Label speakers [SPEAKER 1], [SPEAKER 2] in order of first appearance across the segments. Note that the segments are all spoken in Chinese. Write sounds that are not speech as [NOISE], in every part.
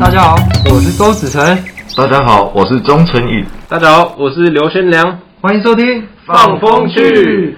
[SPEAKER 1] 大家好，我是周子成。
[SPEAKER 2] 大家好，我是钟纯宇。
[SPEAKER 3] 大家好，我是刘轩良。
[SPEAKER 1] 欢迎收听《
[SPEAKER 3] 放风去。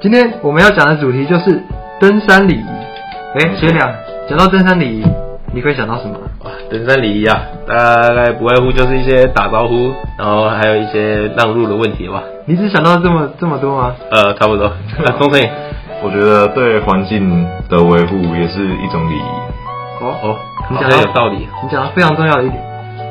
[SPEAKER 1] 今天我们要讲的主题就是登山礼仪。哎，学良，讲到登山礼仪，你会想到什么？
[SPEAKER 3] 哇，登山礼仪啊，大概不外乎就是一些打招呼，然后还有一些让路的问题吧。
[SPEAKER 1] 你只想到这么这么多吗？
[SPEAKER 3] 呃，差
[SPEAKER 1] [LAUGHS]
[SPEAKER 3] 不多。啊，钟成宇，
[SPEAKER 2] 我觉得对环境的维护也是一种礼仪。
[SPEAKER 1] 哦，
[SPEAKER 3] 哦，
[SPEAKER 1] 你
[SPEAKER 3] 好
[SPEAKER 1] 讲
[SPEAKER 3] 像
[SPEAKER 1] 到
[SPEAKER 3] 有道理。
[SPEAKER 1] 你讲到非常重要的一点。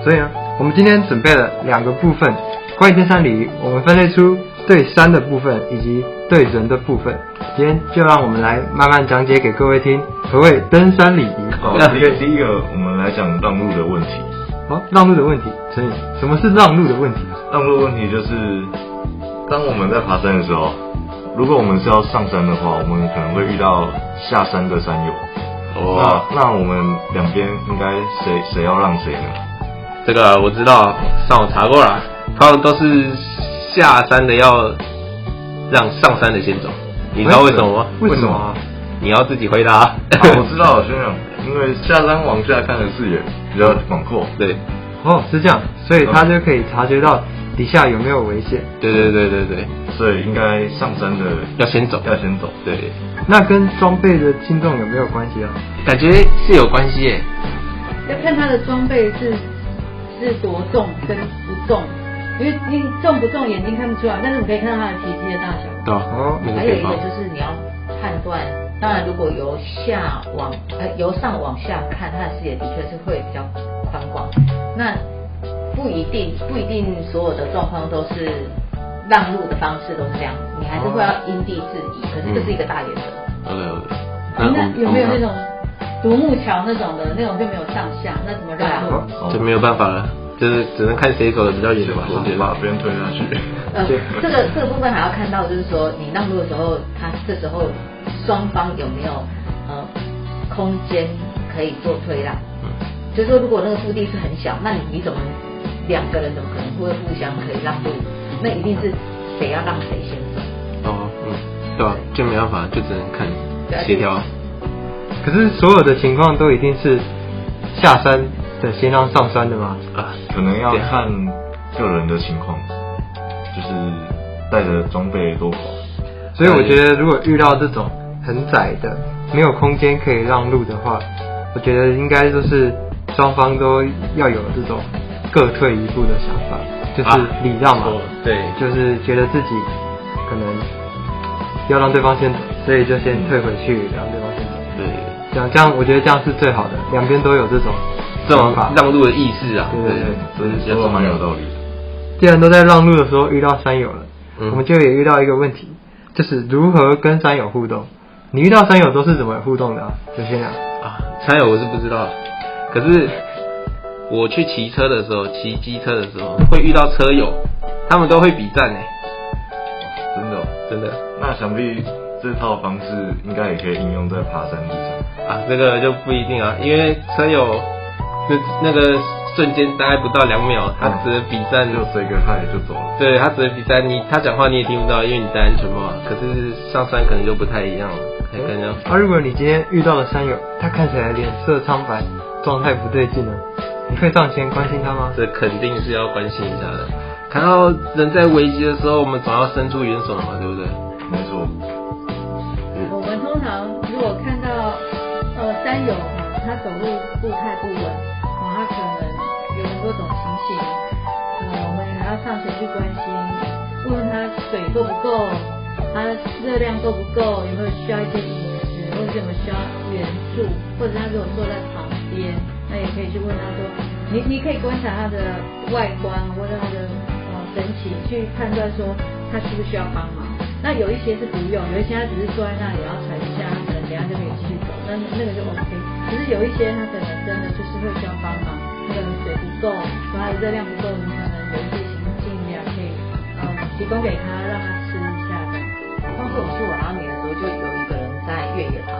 [SPEAKER 1] 所以呢，我们今天准备了两个部分，关于登山礼仪，我们分类出对山的部分以及对人的部分。今天就让我们来慢慢讲解给各位听，何谓登山礼仪。
[SPEAKER 2] 好，
[SPEAKER 1] 让
[SPEAKER 2] 第一个，第一个我们来讲让路的问题。
[SPEAKER 1] 好，让路的问题，陈宇，什么是让路的问题？啊
[SPEAKER 2] 让路的问题就是，当我们在爬山的时候，如果我们是要上山的话，我们可能会遇到下山的山友。
[SPEAKER 3] 哦，
[SPEAKER 1] 啊
[SPEAKER 2] 那那我们两边应该谁谁要让谁呢？
[SPEAKER 3] 这个我知道，上网查过了，他们都是下山的要让上山的先走。你知道为什么吗？
[SPEAKER 1] 为什么哦啊？
[SPEAKER 3] 你要自己回答。啊
[SPEAKER 2] 好，啊我知道了，学长，因为下山往下看的视野比较广阔。
[SPEAKER 3] [LAUGHS] 对，
[SPEAKER 1] 哦，是这样，所以他就可以察觉到底下有没有危险。
[SPEAKER 3] 对对对对对，
[SPEAKER 2] 所以应该上山的
[SPEAKER 3] 要先走。
[SPEAKER 2] 要先走。
[SPEAKER 3] 对，
[SPEAKER 1] 那跟装备的轻重有没有关系啊？
[SPEAKER 3] 感觉是有关系耶。
[SPEAKER 4] 要看他的装备是是多重跟不重，因为你重不重眼睛看不出来，但是你可以看到他的体积的大小。
[SPEAKER 3] 对啊，
[SPEAKER 1] 哦，
[SPEAKER 3] 那个
[SPEAKER 4] 还有
[SPEAKER 3] 背
[SPEAKER 4] 一个
[SPEAKER 3] 包。
[SPEAKER 4] 就是你要判断，当然如果由下往呃由上往下看，它的视野的确是会比较宽广。那不一定不一定所有的状况都是让路的方式都是这样，你还是会要因地制宜。可是这是一个大原则。
[SPEAKER 3] OK OK。
[SPEAKER 1] 嗯
[SPEAKER 4] 那
[SPEAKER 3] 我们
[SPEAKER 4] 有没有
[SPEAKER 3] 我
[SPEAKER 4] 那
[SPEAKER 3] 们
[SPEAKER 4] 种独木桥那种的那种就没有上下，那怎么让路？
[SPEAKER 2] 好
[SPEAKER 3] 嗯就没有办法了，就是只能看谁走的比较远吧，
[SPEAKER 1] 哦
[SPEAKER 3] 我觉
[SPEAKER 2] 把
[SPEAKER 3] 得。
[SPEAKER 2] 别人推下去。
[SPEAKER 4] 呃，这个这个部分还要看到，就是说你让路的时候，他这时候双方有没有呃空间可以做推让？就是说，如果那个腹地是很小，那你你怎么两个人怎么可能会互相可以让路？那一定是谁要让谁先走。
[SPEAKER 3] 哦，嗯，对吧、就没办法，就只能看协调。啊
[SPEAKER 1] 可是所有的情况都一定是下山的先让上山的吗？
[SPEAKER 3] 啊，
[SPEAKER 2] 可能要看个人的情况，就是带的装备多寡。
[SPEAKER 1] 所以我觉得，如果遇到这种很窄的、没有空间可以让路的话，我觉得应该就是双方都要有这种各退一步的想法，就是
[SPEAKER 3] 啊
[SPEAKER 1] 礼让嘛。
[SPEAKER 3] 哦对
[SPEAKER 1] 就是觉得自己可能要让对方先走，所以就先退回去，让对方先走。
[SPEAKER 3] 对，
[SPEAKER 1] 这样这样，我觉得这样是最好的，两边都有这种
[SPEAKER 3] 这种
[SPEAKER 1] 想法。
[SPEAKER 3] 让路的意识啊，
[SPEAKER 1] 对对
[SPEAKER 3] 这是比较
[SPEAKER 2] 说的
[SPEAKER 3] 重
[SPEAKER 2] 蛮
[SPEAKER 3] 要
[SPEAKER 2] 有
[SPEAKER 3] 的。
[SPEAKER 2] 道理的。
[SPEAKER 1] 既然都在让路的时候遇到山友了，
[SPEAKER 3] 嗯
[SPEAKER 1] 我们就也遇到一个问题，就是如何跟山友互动。你遇到山友都是怎么互动的啊？有些人
[SPEAKER 3] 啊，山友我是不知道，可是我去骑车的时候，骑机车的时候会遇到车友，他们都会比赞哎、
[SPEAKER 2] 真的哦。
[SPEAKER 3] 真的
[SPEAKER 2] 那想必这套方式应该也可以应用在爬山之上。
[SPEAKER 3] 啊，这个就不一定啊，因为车友那那个瞬间大概不到两秒，他只能比赞
[SPEAKER 2] 那就 say 个 hi 就走了。
[SPEAKER 3] 对他只能比赛，你他讲话你也听不到，因为你戴安全帽啊。可是上山可能就不太一样了，可能要
[SPEAKER 1] 啊，如果你今天遇到了山友，他看起来脸色苍白，状态不对劲了，你会上前关心他吗？
[SPEAKER 3] 这肯定是要关心一下的。看到人在危机的时候，我们总要伸出援手嘛，对不对？
[SPEAKER 2] 没错，，
[SPEAKER 4] 我们通常如果看到呃山友哈，他走路步态不稳，然后他可能有很多种情形，呃，我们还要上前去关心，问问他水够不够，他热量够不够，有没有需要一些饮食，或者是有没有需要援助，或者他如果坐在旁边，那也可以去问他说，你你可以观察他的外观或者他的呃神情，去判断说他需不需要帮忙。那有一些是不用，有一些他只是坐在那里，然后喘一下，他可能等一下就可以继续走，那那个就 OK。只是有一些他可能真的就是会需要帮忙，可能水不够，然后热量不够，你可能有一些行进力啊，可以呃提供给他，让他吃一下这样子。
[SPEAKER 5] 当时我去瓦拉米的时候，就有一个人在越野跑，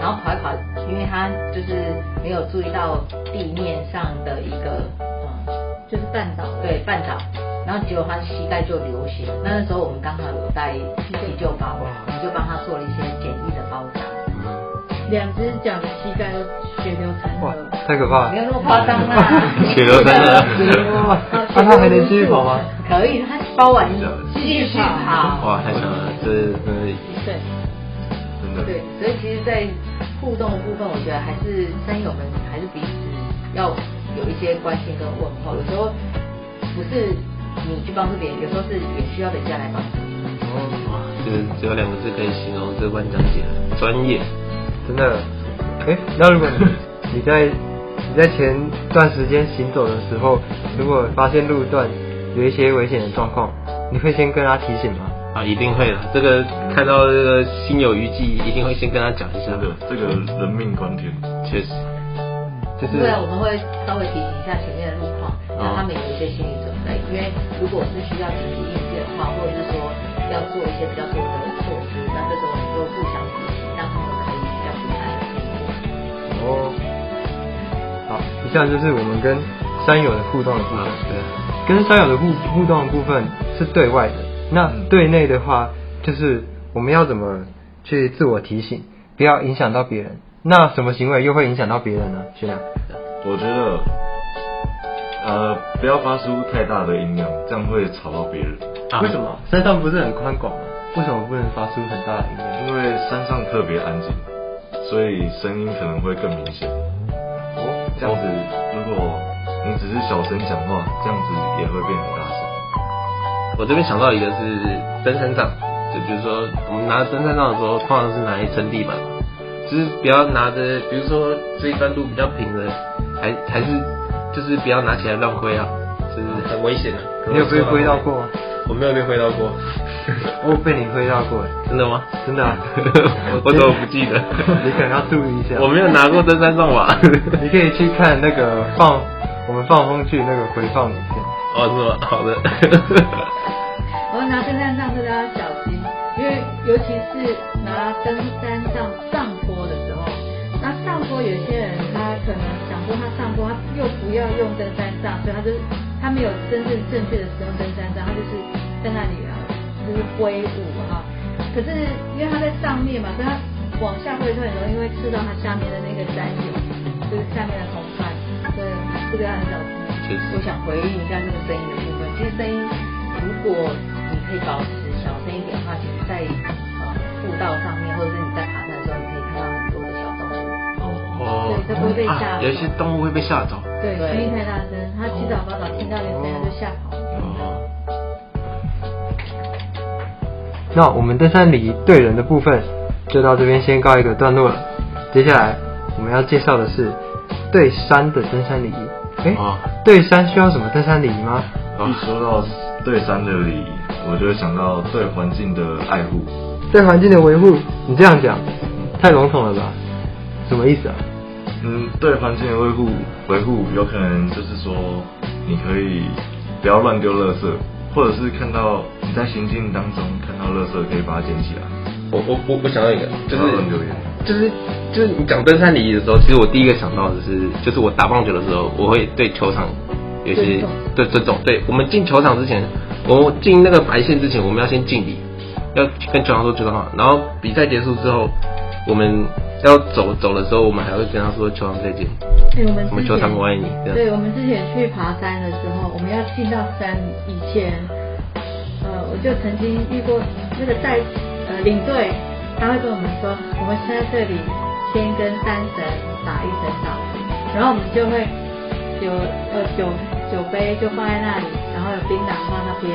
[SPEAKER 5] 然后跑一跑，因为他就是没有注意到地面上的一个嗯，
[SPEAKER 4] 就是绊倒，
[SPEAKER 5] 对绊倒，然后结果他膝盖就流血。那时候我们刚好有带急救包，我们就帮他做了一些简易的包扎，
[SPEAKER 4] 两只脚的膝盖都血流成
[SPEAKER 1] 哇
[SPEAKER 4] 河。，
[SPEAKER 1] 太可怕
[SPEAKER 5] 没
[SPEAKER 1] 了！
[SPEAKER 5] 有那么夸张
[SPEAKER 4] [LAUGHS]
[SPEAKER 5] 啦
[SPEAKER 2] 血流成
[SPEAKER 5] [LAUGHS]
[SPEAKER 1] 哇， [LAUGHS] 那他还能继续跑吗？
[SPEAKER 5] 可以，他包完继续跑。
[SPEAKER 3] 哇，太强了，这真的
[SPEAKER 5] 对。
[SPEAKER 2] 真的
[SPEAKER 5] 对，所以其实，在互动的部分，我觉得还是山友们还是彼此要有一些关心跟问候。有时候不是你去帮助别人，有时候是也需要人家来帮助你。
[SPEAKER 3] 哇，就是只有两个字可以形容这关讲解了，专业。
[SPEAKER 1] 真的。哎，那如果你你在你在前段时间行走的时候，如果发现路段有一些危险的状况，你会先跟他提醒吗？
[SPEAKER 3] 啊，一定会的。这个看到这个心有余悸，一定会先跟他讲一下
[SPEAKER 2] 真的，这个人命关天。
[SPEAKER 3] 确实，
[SPEAKER 1] 就是
[SPEAKER 5] 对啊，我们会稍微提醒一下前面的路况，让他们有一些心理准备。因为如果是需要紧急应变的话，或者是说要做一些比较多的措施，那这时候我们就互相提醒，让他们可以比较平安的度过。
[SPEAKER 1] 哦，好，以上就是我们跟山友的互动的部分。
[SPEAKER 3] 嗯对，
[SPEAKER 1] 跟山友的互互动的部分是对外的，那对内的话，就是我们要怎么去自我提醒，不要影响到别人。那什么行为又会影响到别人呢？学长，
[SPEAKER 2] 我觉得，呃，不要发出太大的音量，这样会吵到别人。
[SPEAKER 1] 为什么山上不是很宽广吗？啊为什么不能发出很大的音量？
[SPEAKER 2] 因为山上特别安静，所以声音可能会更明显。哦，这样子，如果你只是小声讲话，这样子也会变很大声。
[SPEAKER 3] 我这边想到一个是登山杖，就比如说我们拿登山杖的时候，通常是拿来撑地板嘛，就是不要拿着，比如说这一段路比较平的，还还是就是不要拿起来乱挥啊，就是很危险的、啊。
[SPEAKER 1] 你有被挥到过吗？
[SPEAKER 3] 我没有被挥到过，
[SPEAKER 1] 我被你挥到过，
[SPEAKER 3] 真 [LAUGHS] 的吗？
[SPEAKER 1] 真的啊 [LAUGHS]
[SPEAKER 3] 我怎么不记得
[SPEAKER 1] 你可能要注意一下。
[SPEAKER 3] 我没有拿过登山杖吧？
[SPEAKER 1] 你可以去看那个放我们放风去那个回放影片。
[SPEAKER 3] [LAUGHS] 哦，是吗？好的。
[SPEAKER 4] 我要拿登山杖，大家要小心，因为尤其是拿登山杖上坡的时候，那上坡有些人他可能想说他上坡，他又不要用登山杖，所以他就是他没有真正正确的使用登山杖，他就是在那里啊，就是挥舞哈、可是因为他在上面嘛，所以他往下挥的时候很容易会刺到他下面的那个山友，就是下面的同伴，所以这个要很小心。
[SPEAKER 3] 确实
[SPEAKER 5] 我想回应一下这个声音的部分。其实声音，如果你可以保持小声一点的话，其实在呃步道上面，或者是你在爬山的时候，你可以看到很多的小动物。
[SPEAKER 3] [LAUGHS] 哦
[SPEAKER 4] 对这不会被吓到
[SPEAKER 3] 啊有一些动物会被吓走。
[SPEAKER 4] 对，声音太大声，他七早八早听到那个声音他就吓跑了。
[SPEAKER 3] 哦，
[SPEAKER 1] 那我们登山礼仪对人的部分就到这边先告一个段落了。接下来我们要介绍的是对山的登山礼仪。哎、
[SPEAKER 3] 哦
[SPEAKER 1] 对山需要什么登山礼仪吗？
[SPEAKER 2] 一说到对山的礼仪，我就会想到对环境的爱护。
[SPEAKER 1] 对环境的维护，你这样讲太笼统了吧？什么意思啊？
[SPEAKER 2] 嗯，对环境的维护维护，有可能就是说，你可以不要乱丢垃圾，或者是看到你在行进当中看到垃圾，可以把它捡起来，
[SPEAKER 3] 我我我我想到一个，就是
[SPEAKER 2] 不要乱丢烟。
[SPEAKER 3] 就是就是你讲登山礼仪的时候，其实我第一个想到的是，就是我打棒球的时候，我会对球场有一些对尊重。对我们进球场之前，我们进那个白线之前，我们要先敬礼，要跟球场说球场好。然后比赛结束之后，我们要走走的时候，我们还会跟他说球场再见，
[SPEAKER 4] 哎、我们
[SPEAKER 3] 什么
[SPEAKER 4] 之
[SPEAKER 3] 球场
[SPEAKER 4] 前
[SPEAKER 3] 我爱你这样。
[SPEAKER 4] 对，我们之前去爬山的时候，我们要进到山以前，呃，我就曾经遇过那个带呃领队，他会跟我们说，我们先在这里先跟山神打一声招呼，然后我们就会酒呃酒酒杯就放在那里，然后有槟榔放那边，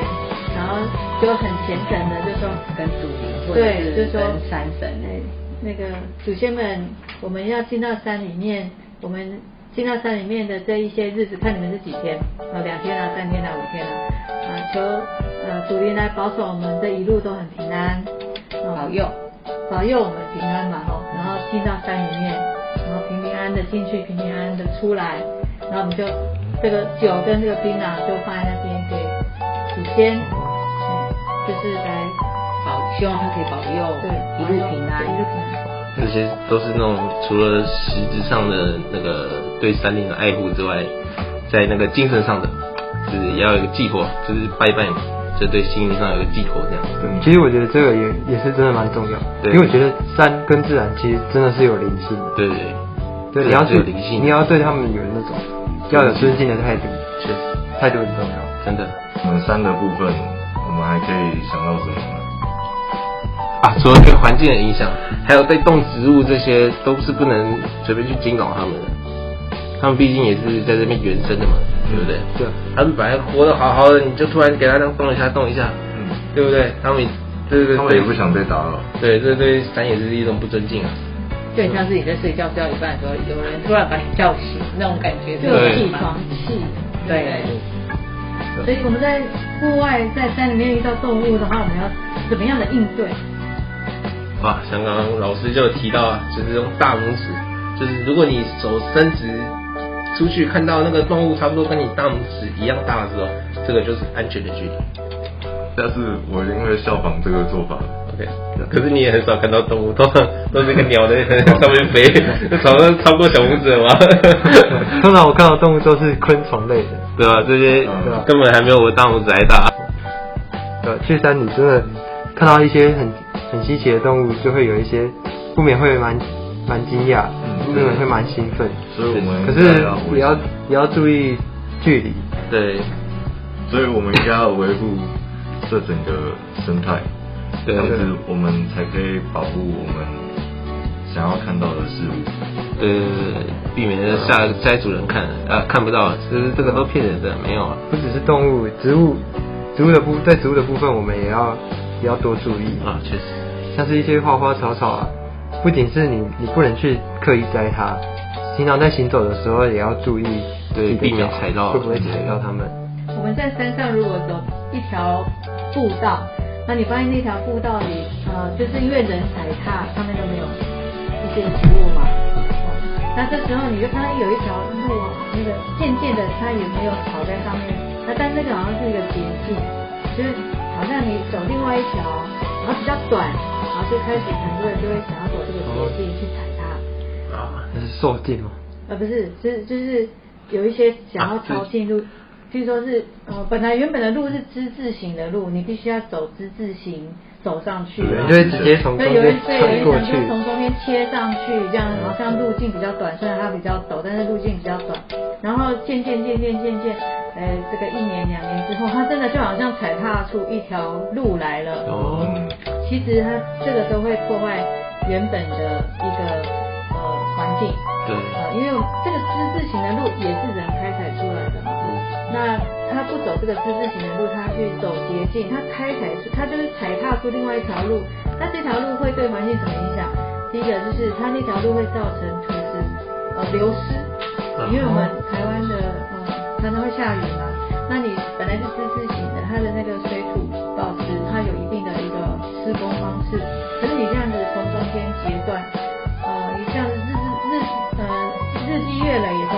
[SPEAKER 4] 然后就很虔诚的就说
[SPEAKER 5] 跟祖灵，或者
[SPEAKER 4] 对，就是是说
[SPEAKER 5] 跟山神。
[SPEAKER 4] 哎那个祖先们，我们要进到山里面，我们进到山里面的这一些日子，看你们是几天，呃，两天啊，三天啊，五天啊，啊，求呃祖灵来保守我们这一路都很平安，呃
[SPEAKER 5] 保佑，
[SPEAKER 4] 保佑我们平安嘛吼，然后进到山里面，然后平平安安的进去，平平安安的出来，然后我们就这个酒跟这个槟榔就放在那边给祖先，嗯
[SPEAKER 5] 就是来保，希望他可以保佑
[SPEAKER 4] 对，
[SPEAKER 5] 一路平安
[SPEAKER 4] 一。路平安。
[SPEAKER 3] 这些都是那种除了实质上的那个对山林的爱护之外，在那个精神上的，就是也要有一个寄托，就是拜拜嘛，就对心灵上有一个寄托这样。
[SPEAKER 2] 对
[SPEAKER 1] 嗯其实我觉得这个也也是真的蛮重要，
[SPEAKER 3] 对
[SPEAKER 1] 因为我觉得山跟自然其实真的是有灵性的，
[SPEAKER 3] 对对对，
[SPEAKER 1] 对，
[SPEAKER 3] 对
[SPEAKER 1] 你要去
[SPEAKER 3] 有灵性
[SPEAKER 1] 你要对他们有那种要有尊敬的态度，
[SPEAKER 3] 确实，
[SPEAKER 1] 态度很重要
[SPEAKER 3] 真的
[SPEAKER 2] 我们山的部分，我们还可以想到什么呢？
[SPEAKER 3] 啊，除了对环境的影响，还有对动植物这些都是不能随便去惊扰他们的，他们毕竟也是在这边原生的嘛，对不对？啊
[SPEAKER 1] 对，
[SPEAKER 3] 他们本来活得好好的，你就突然给他动一下动一下，
[SPEAKER 2] 嗯，
[SPEAKER 3] 对不对？他们也对对对，
[SPEAKER 2] 他们也不想被打扰。
[SPEAKER 3] 对，这对山也是一种不尊敬啊。
[SPEAKER 5] 就很像是你在睡觉睡到一半的时候，有人突然把你叫醒，那种感觉是
[SPEAKER 4] 就有
[SPEAKER 3] 对
[SPEAKER 4] 起床气。
[SPEAKER 5] 对，
[SPEAKER 4] 所以我们在户外在山里面遇到动物的话，我们要怎么样的应对？
[SPEAKER 3] 哇，香港老师就有提到啊，就是用大拇指，就是如果你手伸直出去，看到那个动物差不多跟你大拇指一样大的时候，这个就是安全的距离。
[SPEAKER 2] 下次我一定会效仿这个做法。
[SPEAKER 3] OK，可是你也很少看到动物，通常都是一个鸟在上面飞，超过超过小拇指了吗？
[SPEAKER 1] [LAUGHS]
[SPEAKER 3] [LAUGHS]
[SPEAKER 1] 通常我看到动物都是昆虫类的，
[SPEAKER 3] 对吧？这些
[SPEAKER 2] 嗯
[SPEAKER 3] 根本还没有我大拇指还大。
[SPEAKER 1] 对，去山里真的看到一些很很稀奇的动物，就会有一些不免会蛮蛮惊讶，
[SPEAKER 2] 嗯
[SPEAKER 1] 不免会蛮兴奋，
[SPEAKER 2] 所以我们
[SPEAKER 1] 可
[SPEAKER 2] 应该
[SPEAKER 1] 是也要
[SPEAKER 2] 维持
[SPEAKER 1] 也要注意距离，
[SPEAKER 3] 对
[SPEAKER 2] 所以我们应该要维护这整个生态，这
[SPEAKER 3] 对
[SPEAKER 2] 样子我们才可以保护我们想要看到的事物。
[SPEAKER 3] 对对对，对避免下下一组人看啊看不到，其实这个都骗人的，没有啊。
[SPEAKER 1] 不只是动物，植物植物的部在植物的部分，我们也要也要多注意。
[SPEAKER 3] 啊，确实，
[SPEAKER 1] 像是一些花花草草啊，不仅是你你不能去刻意摘它，平常在行走的时候也要注意自己的脚，
[SPEAKER 3] 对避免踩到
[SPEAKER 1] 会不会踩到它们。
[SPEAKER 4] 我们在山上如果走一条步道，那你发现那条步道里，呃，就是因为人踩踏，上面都没有一些植物嘛。哦那这时候你就发现有一条路，那个渐渐的它也没有草在上面，那但那个好像是一个捷径，就是好像你走另外一条，然后比较短，然后就开始很多人就会想要走这个捷径去踩它，
[SPEAKER 1] 那是受尽吗？
[SPEAKER 4] 呃，不是，就是就是有一些想要
[SPEAKER 1] 啊
[SPEAKER 4] 抄近路，譬如说是呃，本来原本的路是之字形的路，你必须要走之字形走上去，
[SPEAKER 2] 对
[SPEAKER 4] 然
[SPEAKER 1] 你就
[SPEAKER 4] 后
[SPEAKER 1] 会直接从中
[SPEAKER 4] 对，有一
[SPEAKER 1] 间
[SPEAKER 4] 对有
[SPEAKER 1] 穿
[SPEAKER 4] 一
[SPEAKER 1] 过
[SPEAKER 4] 种
[SPEAKER 1] 去
[SPEAKER 4] 就是，从中间切上去，这样好像路径比较短，虽然它比较陡，但是路径比较短。然后渐渐渐渐渐渐，呃，这个一年两年之后，它真的就好像踩踏出一条路来了。
[SPEAKER 3] 哦
[SPEAKER 2] 嗯，
[SPEAKER 4] 其实它这个时候会破坏原本的一个呃环境，
[SPEAKER 3] 对，
[SPEAKER 4] 呃，因为这个之字形的路也是人开采出来的嘛。
[SPEAKER 3] 嗯
[SPEAKER 4] 那他不走这个之字形的路，他去走捷径，他开采出，他就是踩踏出另外一条路。那这条路会对环境什么影响？第一个就是它那条路会造成土质呃流失，因为我们台湾的呃常常会下雨嘛，那你本来是之字形的，它的那个水土保持它有一定的一个施工方式，可是你这样子从中间截断，呃，你这样子日日日呃日积月累以后，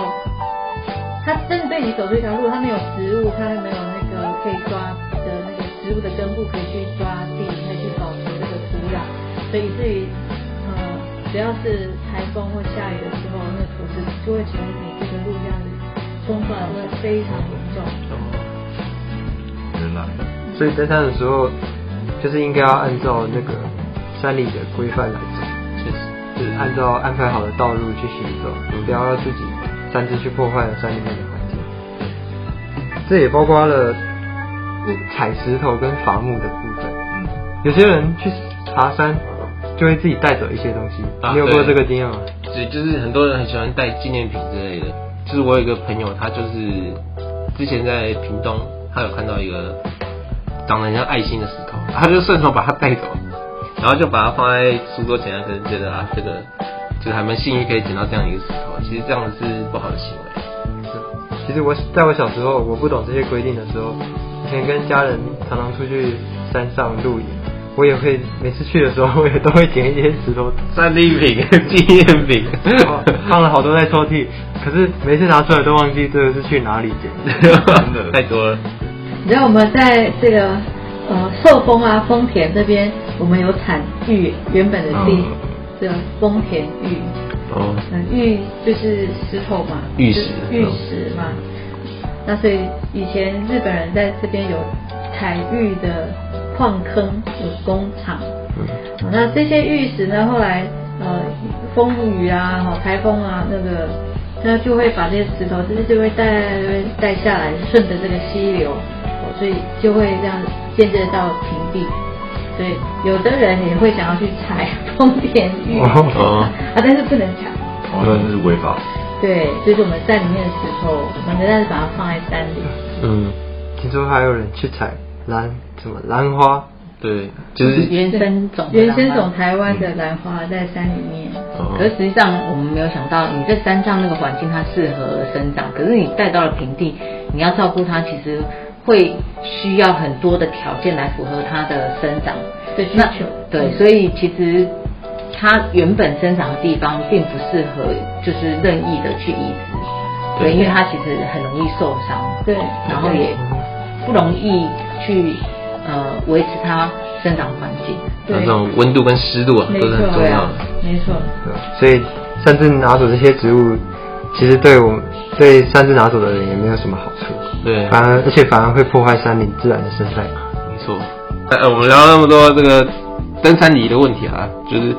[SPEAKER 4] 它真的对你走出一条路，它没有植物，它没有那个可以抓的那个植物的根部可以去抓地，可以去保持这个土壤，所以以至于呃，只要是台风或下雨的时候，那土质就会从你这个路这样子冲出来，会非常严重。
[SPEAKER 2] 原来
[SPEAKER 1] 所以登山的时候就是应该要按照那个山里的规范来走，
[SPEAKER 3] 确实，
[SPEAKER 1] 就是按照安排好的道路去行走，不要让自己擅自去破坏了山里面的环境。这也包括了呃踩石头跟伐木的部分。
[SPEAKER 2] 嗯，
[SPEAKER 1] 有些人去爬山就会自己带走一些东西，
[SPEAKER 3] 啊
[SPEAKER 1] 你有过
[SPEAKER 3] 对
[SPEAKER 1] 这个经验吗？
[SPEAKER 3] 对，就是很多人很喜欢带纪念品之类的。就是我有一个朋友，他就是之前在屏东，他有看到一个长得很像爱心的石头，他就顺手把它带走，然后就把它放在书桌前，可能觉得啊，这个就是还蛮幸运可以捡到这样一个石头。其实这样是不好的行为。
[SPEAKER 1] 其实我在我小时候我不懂这些规定的时候，以前跟家人常常出去山上露营，我也会每次去的时候，我也都会捡一些石头，
[SPEAKER 3] 战利品、 [LAUGHS] 纪念品，
[SPEAKER 1] 哦放了好多在抽屉，可是每次拿出来都忘记这个是去哪里捡。
[SPEAKER 3] [LAUGHS] 太多了。
[SPEAKER 4] 你知道我们在这个呃寿丰啊丰田这边，我们有产玉原本的地，
[SPEAKER 3] 嗯
[SPEAKER 4] 这个丰田玉，
[SPEAKER 3] 哦，
[SPEAKER 4] 嗯，玉就是石头嘛，
[SPEAKER 3] 玉石
[SPEAKER 4] 就是玉石嘛。那所以以前日本人在这边有采玉的矿坑，有工厂。
[SPEAKER 3] 嗯
[SPEAKER 4] 那这些玉石呢，后来呃风雨啊、哦台风啊，那个那就会把这些石头，就是就会带带下来，顺着这个溪流，哦所以就会这样间接到平地。所以有的人也会想要去采 [LAUGHS] 丰田玉。
[SPEAKER 3] 哦，
[SPEAKER 4] 啊，但是不能抢。
[SPEAKER 2] 哦，那
[SPEAKER 3] 嗯
[SPEAKER 2] 是违法。
[SPEAKER 4] 对，就是我们山里面的石头，我们仍然是把它放在山里。
[SPEAKER 3] 嗯，
[SPEAKER 1] 听说还有人去采兰什么兰花，
[SPEAKER 3] 对，就是
[SPEAKER 6] 原生种，
[SPEAKER 4] 原生种。台湾的兰花在山里面，
[SPEAKER 3] 哦
[SPEAKER 6] 可是实际上，我们没有想到，你在山上那个环境它适合生长，可是你带到了平地，你要照顾它，其实会需要很多的条件来符合它的生长
[SPEAKER 4] 的需
[SPEAKER 6] 那
[SPEAKER 4] 求
[SPEAKER 6] 对，所以其实它原本生长的地方并不适合，就是任意的去移植，对，因为它其实很容易受伤，
[SPEAKER 4] 对
[SPEAKER 6] 然后也不容易去呃维持它生长环境。
[SPEAKER 3] 那
[SPEAKER 4] 对，
[SPEAKER 3] 种温度跟湿度啊，
[SPEAKER 4] 没
[SPEAKER 3] 都是很
[SPEAKER 4] 错
[SPEAKER 3] 重要的。
[SPEAKER 4] 没错，
[SPEAKER 1] 对吧所以擅自拿走这些植物，其实对我们对擅自拿走的人也没有什么好处，
[SPEAKER 3] 对，
[SPEAKER 1] 反而而且反而会破坏山林自然的生态。
[SPEAKER 3] 没错。呃，我们聊了那么多这个登山礼仪的问题啊，就是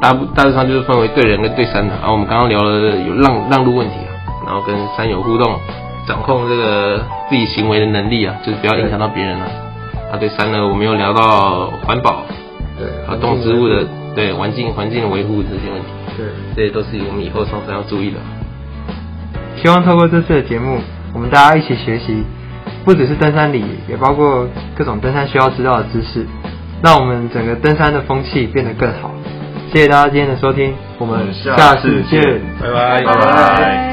[SPEAKER 3] 大部大致上就是分为对人跟对山的。啊然后我们刚刚聊了有让让路问题啊，然后跟山友互动，掌控这个自己行为的能力啊，就是不要影响到别人啊。啊，对山呢，我们又聊到环保，
[SPEAKER 1] 对，
[SPEAKER 3] 还有动植物的对环境环境的维护这些问题，
[SPEAKER 1] 对。
[SPEAKER 3] 这些都是我们以后上山要注意的。
[SPEAKER 1] 希望透过这次的节目，我们大家一起学习，不只是登山礼仪，也包括各种登山需要知道的知识，让我们整个登山的风气变得更好。谢谢大家今天的收听，我
[SPEAKER 2] 我
[SPEAKER 1] 们
[SPEAKER 2] 们下
[SPEAKER 1] 下次
[SPEAKER 2] 次见
[SPEAKER 1] 见。
[SPEAKER 3] 拜拜
[SPEAKER 2] 拜拜。